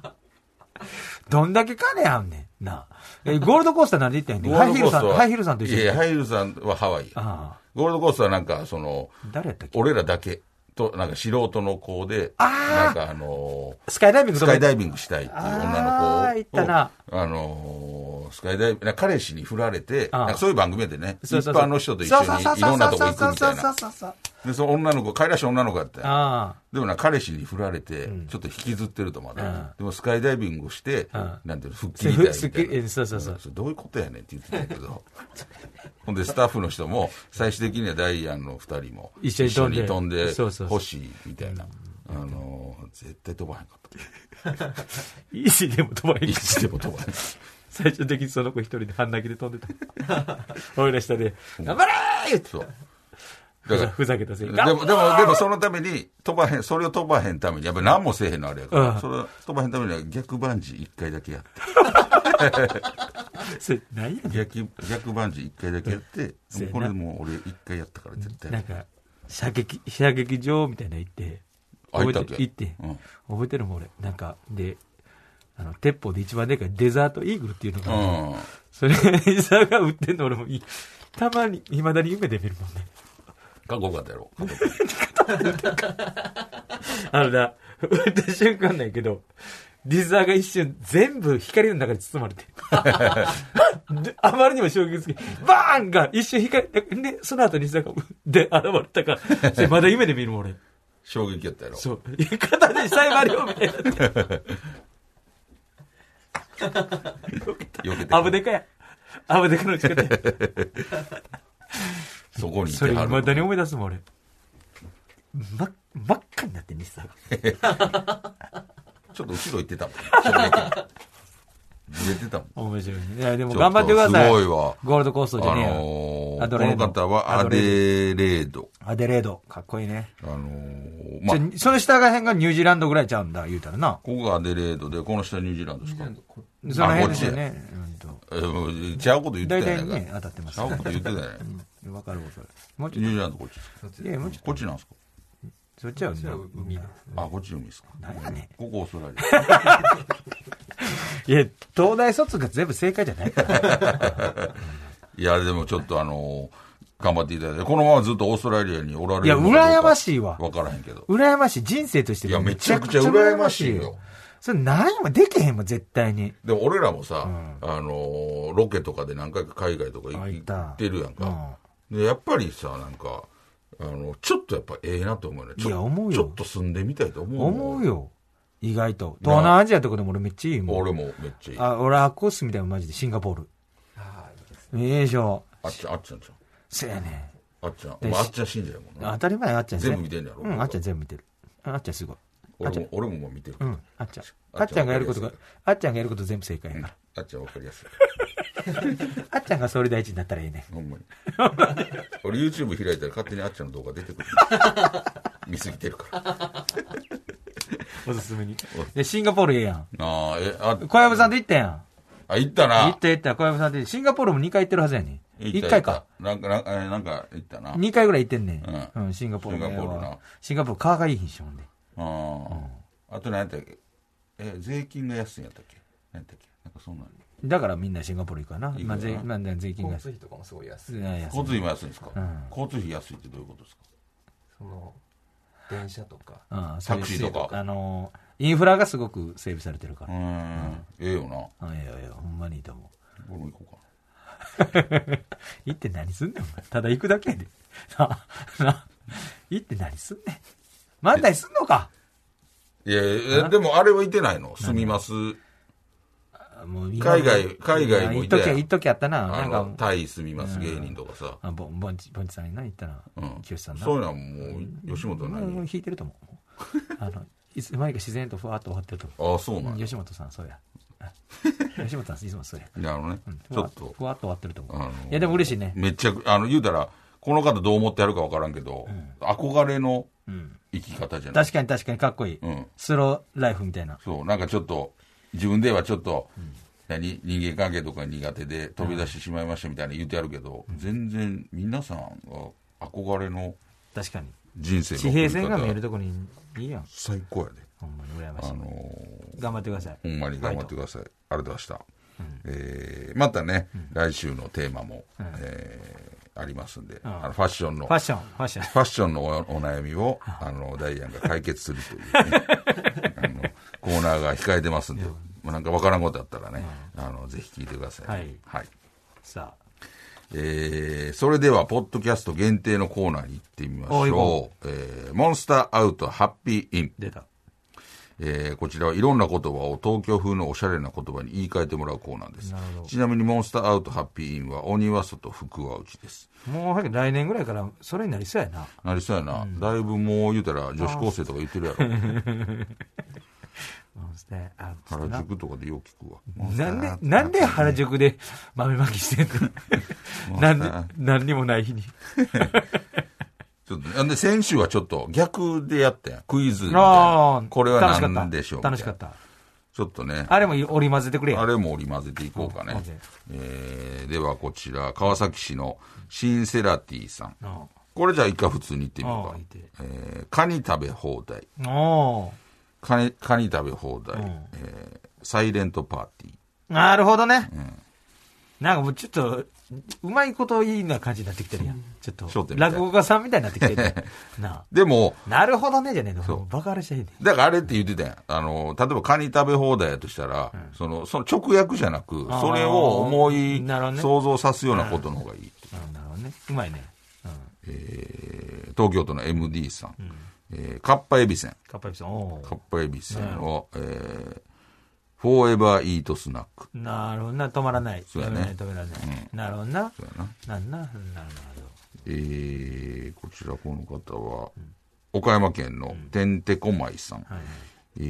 Speaker 3: どんだけ金あんねんなあえゴールドコーストなんで行ったんやけ
Speaker 2: ゴ
Speaker 3: ハイ
Speaker 2: ル
Speaker 3: ヒ
Speaker 2: ド
Speaker 3: ー
Speaker 2: コース
Speaker 3: ルさん
Speaker 2: トは
Speaker 3: ハイヒールさんと一緒
Speaker 2: いやい
Speaker 3: に
Speaker 2: やハイヒールさんはハワイや
Speaker 3: あ
Speaker 2: ゴールドコーストはなんかその
Speaker 3: あ誰やったっけ
Speaker 2: 俺らだけとなんか素人の子で
Speaker 3: あー
Speaker 2: なんかあのー
Speaker 3: スカイダイビング
Speaker 2: スカイダ
Speaker 3: イ
Speaker 2: イビングしたいっていう女
Speaker 3: あー
Speaker 2: の
Speaker 3: 行っ
Speaker 2: 子を、
Speaker 3: たな
Speaker 2: あののスカイダイビング、彼氏に振られて、
Speaker 3: ああ
Speaker 2: なんかそういう番組やでね、一
Speaker 3: そうそうそう
Speaker 2: 般の人と一緒にいろんなとこ行くみたいな。
Speaker 5: な。
Speaker 2: で、その女の子、可愛らしい女の子やったんや
Speaker 3: ああ。
Speaker 2: でもな、彼氏に振られて、ちょっと引きずってるとまだ、
Speaker 3: うん
Speaker 2: でもスカイダイビングをして、
Speaker 3: うん
Speaker 2: なんていうの、復帰みたいな。
Speaker 3: すっきりえそうそうそうん
Speaker 2: れどういうことやねんって言ってたんやけど。 ほんで、スタッフの人も、最終的にはダイアンの二人も、
Speaker 3: 一緒に飛ん
Speaker 2: 一
Speaker 3: で
Speaker 2: 緒に飛
Speaker 3: そうそうそ
Speaker 2: ん
Speaker 3: う
Speaker 2: でほしいみたいな。あのー、絶対飛ばへんかっ
Speaker 3: いいし、でも飛ば
Speaker 2: た。
Speaker 3: へん
Speaker 2: い。つでも飛ばへん。
Speaker 3: 最終的にその子一人で半泣きで飛んでた。 俺ら下で、頑張れー言って
Speaker 2: そう。
Speaker 3: ふざふざけたせい
Speaker 2: で
Speaker 3: で。
Speaker 2: も、でも、でもそのために、飛ばへん、それを飛ばへんために、やっぱり何もせえへんのあれやから、
Speaker 3: うん
Speaker 2: それを飛ばへんためには逆バンジー一回だけやって。
Speaker 3: それ何やね
Speaker 2: 逆逆バンジー一回だけやって、
Speaker 3: せやな
Speaker 2: これもう俺一回やったから絶対
Speaker 3: ん。なんか、射撃、射撃場みたいなの行って、
Speaker 2: あ行ったっけ
Speaker 3: 覚えて行って、
Speaker 2: うん
Speaker 3: 覚えてるもん俺。なんか、で、あの、鉄砲で一番でかいデザートイーグルっていうの
Speaker 2: う
Speaker 3: があるの、
Speaker 2: ん
Speaker 3: それ、伊沢が売ってんの俺もい、たまに、未だに夢で見るもんね。
Speaker 2: かっこよかったやろ
Speaker 3: あのな、打った瞬間なんやけど、リザーが一瞬全部光の中に包まれて。であまりにも衝撃的。バーンが一瞬光、で、その後リザーが、で、現れたから、それまだ夢で見るもん俺。
Speaker 2: 衝撃やったやろ
Speaker 3: そう。片手にサイバリオみたいになって。
Speaker 2: 避けて
Speaker 3: アブデカや。アブデカの近く
Speaker 2: そこにいて
Speaker 3: それ
Speaker 2: は
Speaker 3: 未
Speaker 2: る
Speaker 3: だに思い出すもん俺。ま、真っ赤になってリザーが。
Speaker 2: ちょっと後ろ行ってたもん衝撃ずれてたもん
Speaker 3: 面白いね。いや、でも
Speaker 2: ちょっと
Speaker 3: 頑張ってください。
Speaker 2: すごいわ
Speaker 3: ゴールドコーストじゃ
Speaker 2: あ
Speaker 3: ねえよ
Speaker 2: の
Speaker 3: ア
Speaker 2: ー
Speaker 3: ド
Speaker 2: こ
Speaker 3: レー
Speaker 2: の方
Speaker 3: ド
Speaker 2: はアデレード
Speaker 3: アデレード。かっこいいね。
Speaker 2: あのー
Speaker 3: じ
Speaker 2: ま
Speaker 3: ゃ
Speaker 2: あ
Speaker 3: あその下ら辺がニュージーランドぐらいちゃうんだ、言うたらな。
Speaker 2: ここがアデレードでこの下ニュージーランドですか
Speaker 4: こ
Speaker 3: その辺ですよね。うんと。
Speaker 2: えーちゃうこと言って
Speaker 3: 大
Speaker 2: たや
Speaker 3: 体
Speaker 2: ん
Speaker 3: ね、
Speaker 2: か
Speaker 3: 当たってま
Speaker 2: ち
Speaker 3: す
Speaker 2: ゃ
Speaker 3: よ
Speaker 2: うこと
Speaker 3: ね。
Speaker 2: 言ってたやんか
Speaker 3: うんわかるわかる。もうち
Speaker 2: ニ
Speaker 3: ょっ
Speaker 2: ュージーランドこっちですか
Speaker 4: そっち
Speaker 3: と、いや、もうちょっ
Speaker 2: こっちなんですか
Speaker 3: と、そっちは
Speaker 4: こっちは海です
Speaker 2: あこっち海ですか
Speaker 3: なんやね
Speaker 2: ここオーストラリア
Speaker 3: ん。いや、東大卒が全部正解じゃないから。
Speaker 2: いや、でもちょっとあのー頑張っていただいて、このままずっとオーストラリアにおられる
Speaker 3: いや、
Speaker 2: のかどうか
Speaker 3: 羨ましいわ。
Speaker 2: わからへんけど。
Speaker 3: 羨ましい。人生として
Speaker 2: いやめちゃくちゃ羨ましいよ
Speaker 3: それ何もできへんもん、絶対に。
Speaker 2: でも俺らもさ、あのーロケとかで何回か海外とか
Speaker 3: あ
Speaker 2: 行
Speaker 3: 行った
Speaker 2: 行ってるやんか。で、やっぱりさ、なんか、あの、ちょっとやっぱええなと思うね。ちょ
Speaker 3: いや思う
Speaker 2: ち
Speaker 3: よ
Speaker 2: ょっと住んでみたいと思う。
Speaker 3: 思う。よ。意外と。東南アジアとかでも俺めっちゃいいもん。
Speaker 2: 俺もめっちゃいい。あ
Speaker 3: あ、俺、アコースみたいなマジで、シンガポール。
Speaker 4: ああいいです
Speaker 3: ええじゃん。
Speaker 2: っちゃん、あっちゃんちゃん。
Speaker 3: せやね
Speaker 2: あっちゃん。
Speaker 3: で
Speaker 2: お前あ
Speaker 3: し
Speaker 2: っちゃん信者やもん
Speaker 3: ん。当
Speaker 2: な。
Speaker 3: たり前あっちゃんね
Speaker 2: 全部見てんだろ
Speaker 3: うん、あっちゃん全部見てる。ああっちゃんすごい。あっち
Speaker 2: 俺
Speaker 3: ゃん
Speaker 2: も、俺ももう見てるか
Speaker 3: う
Speaker 2: ら。
Speaker 3: ん、あっちゃん。
Speaker 2: あ
Speaker 3: あ
Speaker 2: っ
Speaker 3: っ
Speaker 2: ち
Speaker 3: ち
Speaker 2: ゃ
Speaker 3: ゃ
Speaker 2: ん
Speaker 3: んがやることが、あっちゃんがやること全部正解やから。
Speaker 2: あっちゃんわかりやす い。
Speaker 3: あっちゃんが総理大臣になったらいいね。
Speaker 2: ほんまに。俺 YouTube 開いたら勝手にあっちゃんの動画出て くる。見すぎてるから。あ
Speaker 3: おすすめに。で、シンガポールええやん。
Speaker 2: あ、え、あ、
Speaker 3: 小籔さんで行ったやん。
Speaker 2: あ、行った
Speaker 3: 行
Speaker 2: な
Speaker 3: っ。た行った、小籔さんで。シンガポールも2回行ってるはずやねん。
Speaker 2: 行った
Speaker 3: 1回か。。
Speaker 2: 行ったなんか、なんか、えなんか行ったな。
Speaker 3: 2回ぐらい行ってんねん。
Speaker 2: う
Speaker 3: うんん、シンガポールもええわ
Speaker 2: シンガポールな
Speaker 3: シンガポール、川がいい品種もんで。
Speaker 2: ああ。あと何やったっけえ、税金が安いんやったっけ何やったっけなんかそんなの。
Speaker 3: だからみんなシンガポール行くわな。
Speaker 2: くわ
Speaker 3: まあ、税、まあ、税金が
Speaker 4: 交
Speaker 3: 安
Speaker 4: 通
Speaker 3: い。
Speaker 4: 費とかもすごい安い。
Speaker 3: 安い
Speaker 2: 交通費も安いんですか
Speaker 3: うん
Speaker 2: 交通費安いってどういうことですか
Speaker 4: その、電車とか。
Speaker 3: ああ、そ
Speaker 2: タ
Speaker 3: うい
Speaker 2: ク
Speaker 3: う
Speaker 2: シーとか。
Speaker 3: あのー、インフラがすごく整備されてるか
Speaker 2: う
Speaker 3: ら。
Speaker 2: ーん。ええよな。
Speaker 3: あいやいや、ほんまにいいと思う。
Speaker 2: 俺も行こうか
Speaker 3: 行って何すんねん、お前。ただ行くだけやで。な、な、行って何すんねん。漫才すんのか
Speaker 2: な。いやいや、えでもあれは行ってないの住みます。
Speaker 3: あもう
Speaker 2: 海外海外も
Speaker 3: 行
Speaker 2: い
Speaker 3: ったと
Speaker 2: やん
Speaker 3: きゃ、行っときゃあったな。な
Speaker 2: あ
Speaker 3: ん
Speaker 2: の、
Speaker 3: か、
Speaker 2: タイ住みます芸人とかさ。
Speaker 3: あぼんぼんちぼんちさんにな、行ったら
Speaker 2: うん、
Speaker 3: 清さんな。
Speaker 2: そういうの
Speaker 3: も
Speaker 2: はもう吉本
Speaker 3: う
Speaker 2: な
Speaker 3: もう
Speaker 2: に
Speaker 3: 引いてると思う。あの、いつの間にか自然とふわっと終わってると思
Speaker 2: ああそうな
Speaker 3: う。
Speaker 2: んや
Speaker 3: 吉本さん、そ うや。あ吉本さん、いつもそうや。
Speaker 2: なるほどね
Speaker 3: うん
Speaker 2: ちょっと
Speaker 3: ふわっと終わってると
Speaker 2: あ
Speaker 3: 思
Speaker 2: の
Speaker 3: う。いや、でも嬉しいね。
Speaker 2: めっちゃあの言うたらこの方どう思ってやるか分からんけど憧れの生き方じゃない
Speaker 3: 確かに確かにかっこいい。
Speaker 2: うん
Speaker 3: スローライフみたいな。
Speaker 2: そうなんかちょっと自分ではちょっと何人間関係とか苦手で飛び出してしまいましたみたいな言うてやるけど全然皆さんは憧れの
Speaker 3: 確かに。
Speaker 2: 人生の
Speaker 3: 地平線が見える
Speaker 2: と
Speaker 3: とこにいいやん。
Speaker 2: 最高やで
Speaker 3: ほんまに羨まし
Speaker 2: あ
Speaker 3: い。
Speaker 2: のー
Speaker 3: 頑張ってください。
Speaker 2: ほんまに頑張ってください。ありがとうございました。えーまたね、来週のテーマも、えーありますんで、
Speaker 3: ん
Speaker 2: あのファッションの、
Speaker 3: フ
Speaker 2: フ
Speaker 3: ァッ
Speaker 2: ァ
Speaker 3: ション、ファッション。
Speaker 2: ッションのおお悩みを、あの、ダイアンが解決すると いうね、あの、コーナーが控えてますんで、もうなんかわからんことあったらね、あの、もぜひ聞いてください。
Speaker 3: はい
Speaker 2: はい
Speaker 3: さあ。
Speaker 2: えーそれでは、ポッドキャスト限定のコーナーに行ってみま
Speaker 3: お
Speaker 2: し
Speaker 3: い
Speaker 2: ょ
Speaker 3: こ
Speaker 2: う。えーモンスターアウトハッピーイン。
Speaker 3: 出た。
Speaker 2: えーこちらはいろんな言葉を東京風のおしゃれな言葉に言い換えてもらうコーナーです
Speaker 3: なるほ。ど
Speaker 2: ちなみに、モンスターアウトハッピーインは、鬼は外、福は内です。
Speaker 3: もう早く来年ぐらいからそれになりそうやな。
Speaker 2: なりそうやな。だいぶもう言うたら、女子高生とか言ってるやろ。
Speaker 3: モンスターアウト
Speaker 2: 原
Speaker 3: な
Speaker 2: 宿とかでよく聞くわ。
Speaker 3: なんで、なんで原宿で豆まきしてん のなんで、何にもない日に。
Speaker 2: ちょっと、なんで先週はちょっと逆でやったやん。クイズみたい
Speaker 3: あ
Speaker 2: な
Speaker 3: あ。
Speaker 2: これは
Speaker 3: 楽しかった
Speaker 2: 何でしょう
Speaker 3: 楽しかっ。
Speaker 2: みたい
Speaker 3: た。
Speaker 2: なちょっとね。
Speaker 3: あれも織り交ぜてくれや。
Speaker 2: あれも織り交ぜていこうかね
Speaker 3: 混ぜ。
Speaker 2: えー、ではこちら、川崎市のシンセラティさん。
Speaker 3: あ
Speaker 2: これじゃあ一回普通に言ってみ
Speaker 3: ああい
Speaker 2: よ
Speaker 3: いうて
Speaker 2: か。えー、カニ食べ放題。
Speaker 3: あお
Speaker 2: カニ、カニ食べ放題。
Speaker 3: うん
Speaker 2: えー、サイレントパーティー。
Speaker 3: ーなるほどね。なんかもうちょっと、うまいこといいな感じになってきてるやん。ちょ
Speaker 2: 焦
Speaker 3: っと、
Speaker 2: 点みたいな
Speaker 3: 落語家さんみたいになってきてる やん。な
Speaker 2: でも、
Speaker 3: あなるほどね、じゃねえの。もうバカあれしちゃいいね。
Speaker 2: だからあれって言ってたやん。あの、例えばカニ食べ放題やとしたら、その、その直訳じゃなく、
Speaker 3: あー
Speaker 2: それを思い、
Speaker 3: なるほどね
Speaker 2: 想像さすようなことの方がいい。
Speaker 3: うんなるほどね。うまいね。うん。
Speaker 2: えー東京都の MD さん。えーカッパエビセン。
Speaker 3: カッパエビさん。お
Speaker 2: カッパエビセンを、えーフォーエバーイートスナック。
Speaker 3: ーなるほどな。止まらない。
Speaker 2: そうやね
Speaker 3: 止められない。止められない。なるほどな。
Speaker 2: そうやな。
Speaker 3: なんな。なるほど。
Speaker 2: えーこちらこの方は、岡山県のてんてこまいさん。
Speaker 3: はいはい。
Speaker 2: え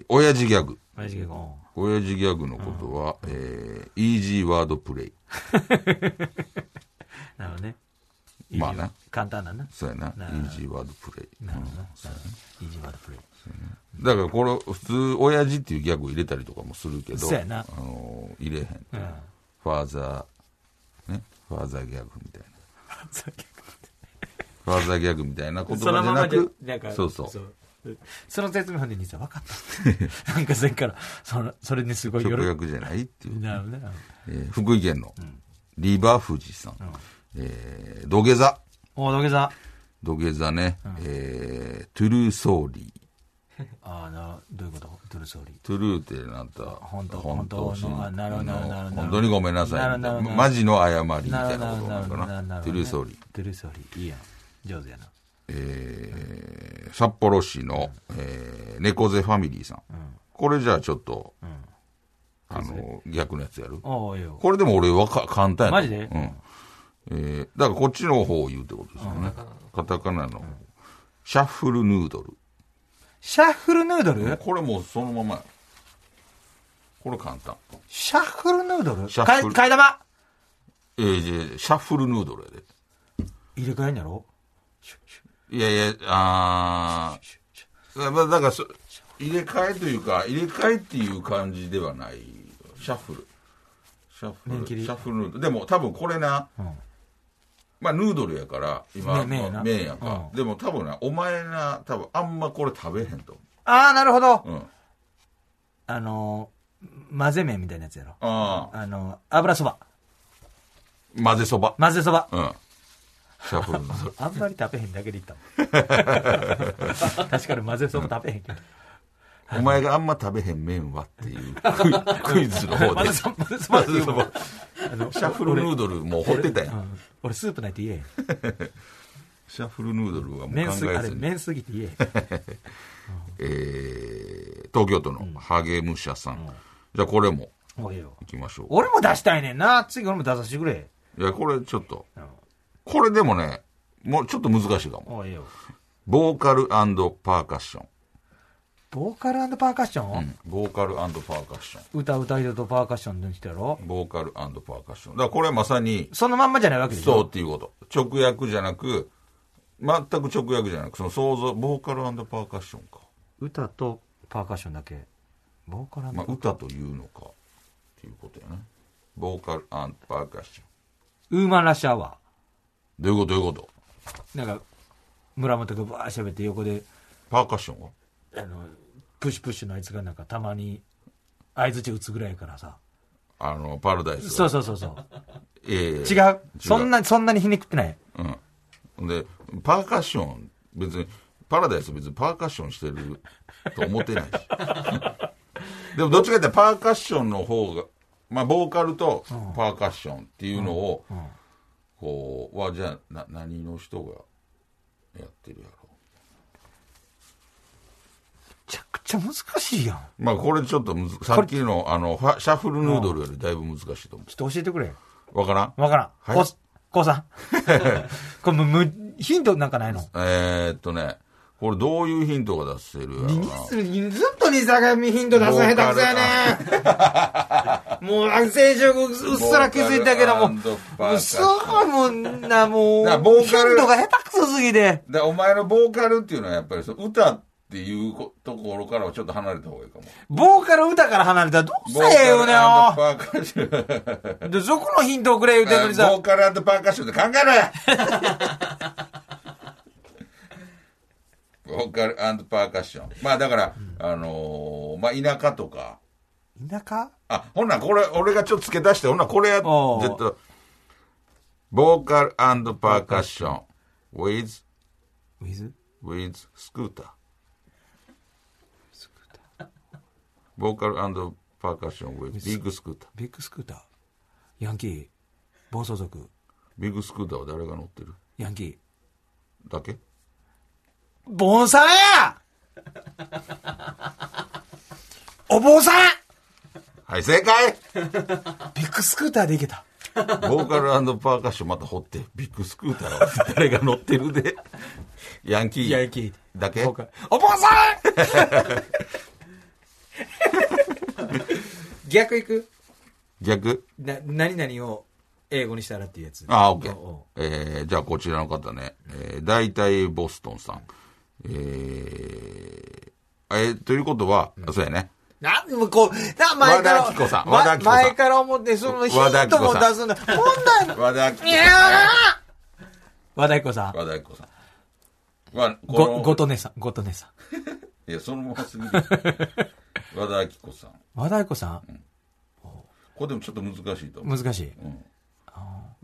Speaker 2: ー親父ギャグ。
Speaker 3: 親父結婚。
Speaker 2: 親父ギャグのことは、えーイージーワードプレイ。
Speaker 3: なるほどね。
Speaker 2: まあな。
Speaker 3: 簡単だな。
Speaker 2: そうやな。イ
Speaker 3: な
Speaker 2: ージーワードプレイ。
Speaker 3: なるほどな。なるほど意地悪プレイ。
Speaker 2: だからこれ、普通、親父っていうギャグ入れたりとかもするけど、
Speaker 3: そうやな
Speaker 2: あのー入れへん。
Speaker 3: うん。
Speaker 2: ファーザー、ね、ファーザーギャグみたいな。ファーザーギャグみたいな言葉じ
Speaker 3: そ
Speaker 2: ゃ
Speaker 3: のまま
Speaker 2: な
Speaker 3: じゃ
Speaker 2: く、
Speaker 3: なんか、
Speaker 2: そうそう。
Speaker 3: その説明本で実は分かった。なんかせんから、そのそれにすごい喜
Speaker 2: 直
Speaker 3: ぶ。
Speaker 2: 訳じゃないっていう。
Speaker 3: なるほどね。
Speaker 2: えー福井県のリバ富士さん。えー土下座。
Speaker 3: お土下座。
Speaker 2: 土下座ね。えートゥルーソーリー。
Speaker 3: あの、どういうことトゥルソーリー。
Speaker 2: トゥルーってなった。
Speaker 3: 本当本当のあなるほどなるほどなるほど
Speaker 2: 本当にごめんなさいみたな。
Speaker 3: ないるほどなるほど
Speaker 2: マジの謝りみ
Speaker 3: な
Speaker 2: た
Speaker 3: る
Speaker 2: い
Speaker 3: ほ
Speaker 2: な
Speaker 3: ど
Speaker 2: ことなの
Speaker 3: なるほ
Speaker 2: か
Speaker 3: ど
Speaker 2: な。
Speaker 3: なるほど。
Speaker 2: トゥルーソーリー。
Speaker 3: トゥルーソーリー。いいやん。上手やな。
Speaker 2: えー札幌市の、えー猫背ファミリーさん。これじゃあちょっと、あの、逆のやつやる
Speaker 3: おうよ。
Speaker 2: これでも俺はか簡単やな
Speaker 3: マジで
Speaker 2: うん。えーだからこっちの方を言うってことですよね。カタカナの。シャッフルヌードル。
Speaker 3: シャッフルヌードル
Speaker 2: これもうそのままやこれ簡単。
Speaker 3: シャッフルヌードル
Speaker 2: シャッフル
Speaker 3: かい替え玉
Speaker 2: えー、シャッフルヌードルや
Speaker 3: 入れ替えんやろ
Speaker 2: で。いやいや、あーまあだからそ、入れ替えというか、入れ替えっていう感じではない。シャッフル。シャッフ
Speaker 3: 年
Speaker 2: ル。シ
Speaker 3: 切り
Speaker 2: ャッフルヌードル。でも多分これな、
Speaker 3: うん。
Speaker 2: まあ、ヌードルやから、今、
Speaker 3: ね麺やな
Speaker 2: 麺やんか。
Speaker 3: うん
Speaker 2: でも多分な、お前な、多分あんまこれ食べへんと
Speaker 3: ああ、なるほど
Speaker 2: 思う。。うん。
Speaker 3: あのー、混ぜ麺みたいなやつやろ。
Speaker 2: ああ。
Speaker 3: あのー、油そば。
Speaker 2: 混ぜそば。
Speaker 3: 混ぜそば。
Speaker 2: うん。シャッフルヌ ードル。
Speaker 3: あんまり食べへんだけでいった もん確かに混ぜそば食べへんけど。
Speaker 2: お前があんま食べへん麺はっていうクイクイズの 方
Speaker 3: 混
Speaker 2: で
Speaker 3: ぜ。そば、混ぜそばって言うもんあの
Speaker 2: シャッフルヌードルもう掘ってたや。
Speaker 3: うんん俺スープないって言えへん。
Speaker 2: シャッフルヌードルはもう
Speaker 3: 麺
Speaker 2: 考
Speaker 3: すぎ、あ
Speaker 2: え
Speaker 3: れ
Speaker 2: ずに。
Speaker 3: 麺すぎて言えへ ん。
Speaker 2: えー、東京都のハゲムシャさん。じゃあこれも
Speaker 3: もうええよ。
Speaker 2: 行きましょう。
Speaker 3: 俺も出したいねんな。次俺も出させてくれ。
Speaker 2: いや、これちょっと。
Speaker 3: うん
Speaker 2: これでもね、もうちょっと難しいかも。
Speaker 3: もうええよ。
Speaker 2: ボーカルパーカッション。
Speaker 3: ボーカルパーカッション、
Speaker 2: ボーカルパーカッショ
Speaker 3: 歌歌い手とパーカッションの人やろ
Speaker 2: ン。ボーカルパーカッション。だからこれはまさに、
Speaker 3: そのまんまじゃないわけでしょ
Speaker 2: そうっていうこと。直訳じゃなく、全く直訳じゃなく、その想像、ボーカルパーカッションか。
Speaker 3: 歌とパーカッションだけボーカル
Speaker 2: まあ、歌というのか、っていうことやね。ボーカルパーカッション。
Speaker 3: ウーマンラッシュアワ
Speaker 2: どういうことどういうこと
Speaker 3: ーなんか村本がバーッ喋って横で
Speaker 2: パーカッションは
Speaker 3: あのプシュプシュのあいつがなんかたまに相づち打つぐらいやからさ
Speaker 2: あの、パラダイス。
Speaker 3: そうそうそうそう
Speaker 2: ええ
Speaker 3: 違うそん。なそんなにひねくってない
Speaker 2: うん。ほんで、パーカッション、別に、パラダイス別にパーカッションして ると思ってないし。でもどっちかっていうとパーカッションの方が、まあ、ボーカルとパーカッションっていうのを、こう、は、じゃあ、な、何の人がやってるやろ
Speaker 3: ちゃくちゃ難しいやん。
Speaker 2: う。まあ、これちょっとむず、さっきの、あの、ファシャッフルヌードルよりだいぶ難しいと思
Speaker 3: ちょっと教えてくれ。
Speaker 2: う。わからん
Speaker 3: わからん。
Speaker 2: はい
Speaker 3: こうす、こ うさん。これむ、む、ヒントなんかないの
Speaker 2: えー、っとね、これどういうヒントが出せるやろうな。
Speaker 5: ずっと西坂ヒント出すの下手くそやねもう先週うっすら気づいたけども
Speaker 2: ボーカルパーカッ
Speaker 5: う
Speaker 2: シ
Speaker 5: そ
Speaker 2: ョン
Speaker 5: うもんなもう
Speaker 2: だからボーカル
Speaker 5: 頻度が下手くそすぎて
Speaker 2: だからお前のボーカルっていうのはやっぱりその歌っていうこところからはちょっと離れた方がいいかも。
Speaker 5: ボーカル歌から離れたらどうせ
Speaker 2: ボーカ
Speaker 5: ええ
Speaker 2: ル
Speaker 5: よね
Speaker 2: パーカッション。
Speaker 5: でそこのヒントをくれ言うてんのに
Speaker 2: ボ
Speaker 5: さ
Speaker 2: ーカルパーカッションって考えろや ボーカルパーカッション。まあだから、あのーまあ田舎とか。
Speaker 5: 田舎
Speaker 2: あ、ほんならこれ、俺がちょっと付け出して、ほんならこれや、ち
Speaker 5: おう
Speaker 2: ょっと、ボーカルパーカッション、with,
Speaker 5: ウィズ
Speaker 2: with スクーター。ボーカルパーカッション with ビッグスクーター。
Speaker 3: ビッグスクーター。ヤンキー。暴走族。
Speaker 2: ビッグスクーターは誰が乗ってる
Speaker 3: ヤンキー。
Speaker 2: だけ
Speaker 5: ボンさんやお坊さん
Speaker 2: はい、正 解
Speaker 3: ビッグスクーターでいけた。
Speaker 2: ボーカルパーカッションまた掘って、ビッグスクーターは誰が乗ってる で、ヤンキー。
Speaker 3: ヤンキー
Speaker 2: だけ
Speaker 3: そうかお坊さん逆いく
Speaker 2: 逆
Speaker 3: な、何々を英語にしたらっていうやつ。
Speaker 2: あ、オッケ
Speaker 3: おう
Speaker 2: ー
Speaker 3: お。
Speaker 2: えー、じゃあこちらの方ね、えー、大体ボストンさん。えー、えーということは、そうやね。
Speaker 3: うなんもうこう、な、前から。
Speaker 2: 和田アキ子さん
Speaker 3: ま
Speaker 2: 和田アキ子さん
Speaker 3: 前から思って、そのヒ
Speaker 2: 和田ア
Speaker 3: ン
Speaker 2: キ子
Speaker 3: ト
Speaker 2: さん
Speaker 3: も出すんだ。こんなん。
Speaker 2: 和田アキ子さん。
Speaker 3: 和田アキ子さん。
Speaker 2: 和田アキ子さん。わこ
Speaker 3: ご、
Speaker 2: の
Speaker 3: ごとねさん。ごとねさん。
Speaker 2: いや、そのまますぎる。和田アキ子さん。
Speaker 3: 和田アキ子さん。
Speaker 2: これでもちょっと難しいと思う。
Speaker 3: 難しい。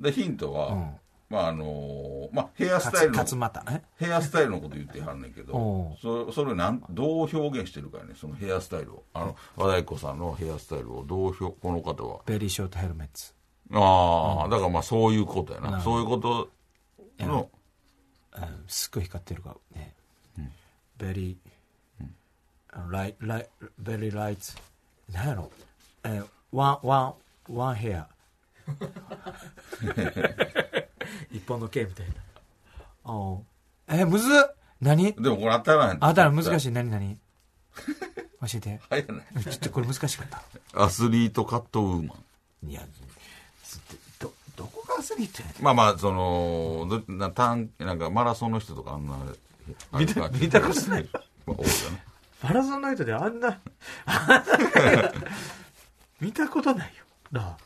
Speaker 2: で、ヒントは、
Speaker 3: ん
Speaker 2: まああのーまあヘアス
Speaker 3: か
Speaker 2: タイ
Speaker 3: つ、
Speaker 2: ル
Speaker 3: か
Speaker 2: の、
Speaker 3: つまた。え
Speaker 2: ヘアスタイルのこと言ってはんねんけ
Speaker 3: お
Speaker 2: ど、そそれをなんどう表現してるかやね、そのヘアスタイルを。あの、和田アキ子さんのヘアスタイルをどう表、この方は。
Speaker 3: ベリーショートヘルメッツ。
Speaker 2: ああ、だからまあそういうことやな。
Speaker 3: るほ
Speaker 2: そういうことの、
Speaker 3: うんすっごい光ってるからね。ベリー、ライ、ライ、ベリーライツ。なんやろえーワン、ワン、ワンヘ ア。一本の毛みたいな。おうえー、むずっ何
Speaker 2: でもこれ当たらへん。
Speaker 3: あ、だから難し
Speaker 2: い。
Speaker 3: い。何何教えて。
Speaker 2: 早ない。
Speaker 3: ちょっとこれ難しかった。
Speaker 2: アスリートカットウーマン。
Speaker 3: いや、すど、どこがアスリートやね
Speaker 2: まあまあ、その、どな短なんかマラソンの人とかあんな、見た、
Speaker 3: 見たことない。
Speaker 2: まあ、多いよね。
Speaker 3: マラソンナイトであん な、見たことないよ。な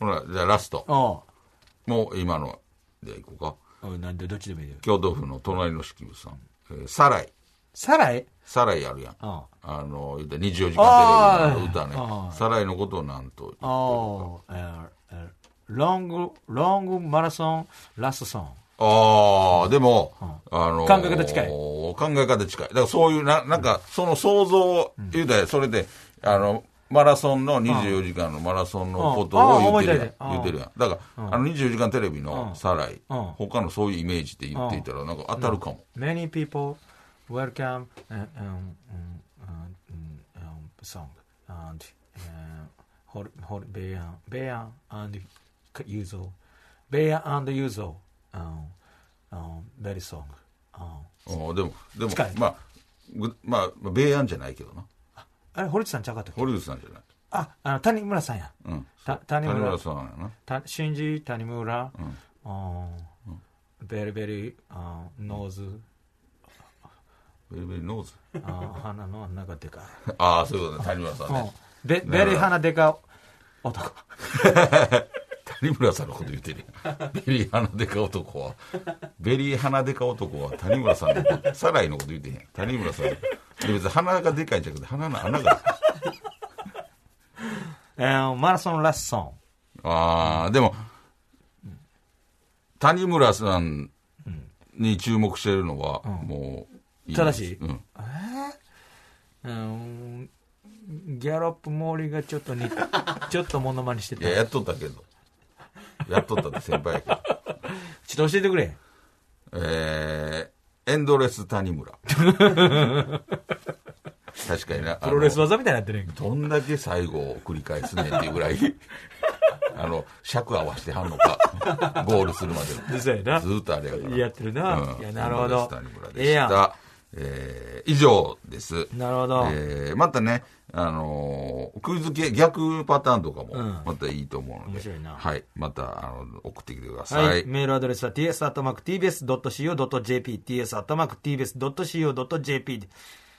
Speaker 2: ほら、じゃあラスト。
Speaker 3: あ
Speaker 2: もう今のでいこうか。
Speaker 3: あ。なんで、どっちでもいいよ。
Speaker 2: 京都府の隣の式部さん。えーサライ。
Speaker 3: サライ
Speaker 2: サライあるやん。
Speaker 3: あ
Speaker 2: あの、言うたら24時間テレビの歌
Speaker 3: あ
Speaker 2: ね
Speaker 3: ー。
Speaker 2: サライのことをなんと言ってる
Speaker 3: あ。ああ。ロング、ロングマラソン、ラストソン。
Speaker 2: ああ、でも、あの
Speaker 3: 考え方近い
Speaker 2: 考え方近い。だからそういう、ななんか、その想像を、言うたら、それで、あの、マラソンの24時間のマラソンのこと
Speaker 3: ああ
Speaker 2: を言ってるや
Speaker 3: 思い出し
Speaker 2: ん
Speaker 3: た。ああ
Speaker 2: 言ってるやん。だから、あの24時間テレビのサライ、
Speaker 3: うん
Speaker 2: 他のそういうイメージで言っていたら、なんか当たるかも。
Speaker 3: Many people welcome, um, um, um, um, song, and, um, hol, hol, bear, bear and user, bear and user, um, um, very song, um,
Speaker 2: うんでも、でも
Speaker 3: 近い、
Speaker 2: まあ、ぐまあ、まあ米安じゃないけどな。
Speaker 3: あれ、堀内さんちゃうかったっけ
Speaker 2: 堀内さんじゃない。
Speaker 3: あ、あの、谷村さんや。
Speaker 2: うん。
Speaker 3: た谷
Speaker 2: 谷
Speaker 3: 村
Speaker 2: 村、さんやな。
Speaker 3: た新次、谷村、うん、ベリベリ、あノーズ、
Speaker 2: ベリベリノーズ。
Speaker 3: あ鼻の穴がでかい。
Speaker 2: ああ、そういうことね。谷村さんね。
Speaker 3: ベベリ鼻でか男。
Speaker 2: 谷村さんのこと言ってるやん。ベリー鼻でか男は、ベリー鼻でか男は谷村さんのこと、サライのこと言ってへん。谷村さん。で別に鼻がでかいんじゃなくて、鼻の穴が。
Speaker 3: えーマラソンラッソ
Speaker 2: ああ、でも、谷村さんに注目してるのは、もういいです、
Speaker 3: 正しい
Speaker 2: うん。
Speaker 3: ン。うーん、ギャロップ森がちょっと 似てちょっとモノマネして
Speaker 2: い
Speaker 3: た
Speaker 2: や、やっとったけど。やっとったって先輩やけど。
Speaker 3: ちょっと教えてくれ
Speaker 2: えー、エンドレス谷 村。確かにな。
Speaker 3: プロレス
Speaker 2: あの
Speaker 3: 技みたいになってるやんけ
Speaker 2: どんだけ最後を繰り返すねんっていうぐ らい、あの、尺合わしてはんのか、ゴールするまでの。
Speaker 3: そうやな
Speaker 2: ずーっとあれやから。
Speaker 3: やってるな
Speaker 2: うん
Speaker 3: いやなるほど
Speaker 2: エンドレス谷村で
Speaker 3: ええ
Speaker 2: し
Speaker 3: やん
Speaker 2: た。えー以上です。
Speaker 3: なるほど
Speaker 2: えーまたね、あのークイズ系、逆パターンとかも
Speaker 3: ん、
Speaker 2: またいいと思うので。
Speaker 3: 面白いな
Speaker 2: はい。また、あの、送ってきてください。
Speaker 3: はい、メールアドレスは ts.tbs.co.jp ts.tbs.co.jp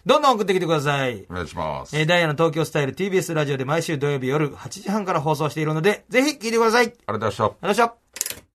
Speaker 3: どんどん送ってきてください
Speaker 2: お願いします。
Speaker 3: えーダイヤの東京スタイル TBS ラジオで毎週土曜日夜8時半から放送しているので、ぜひ聞いてください。ありがとう
Speaker 2: ありがとうございました。
Speaker 3: ございました。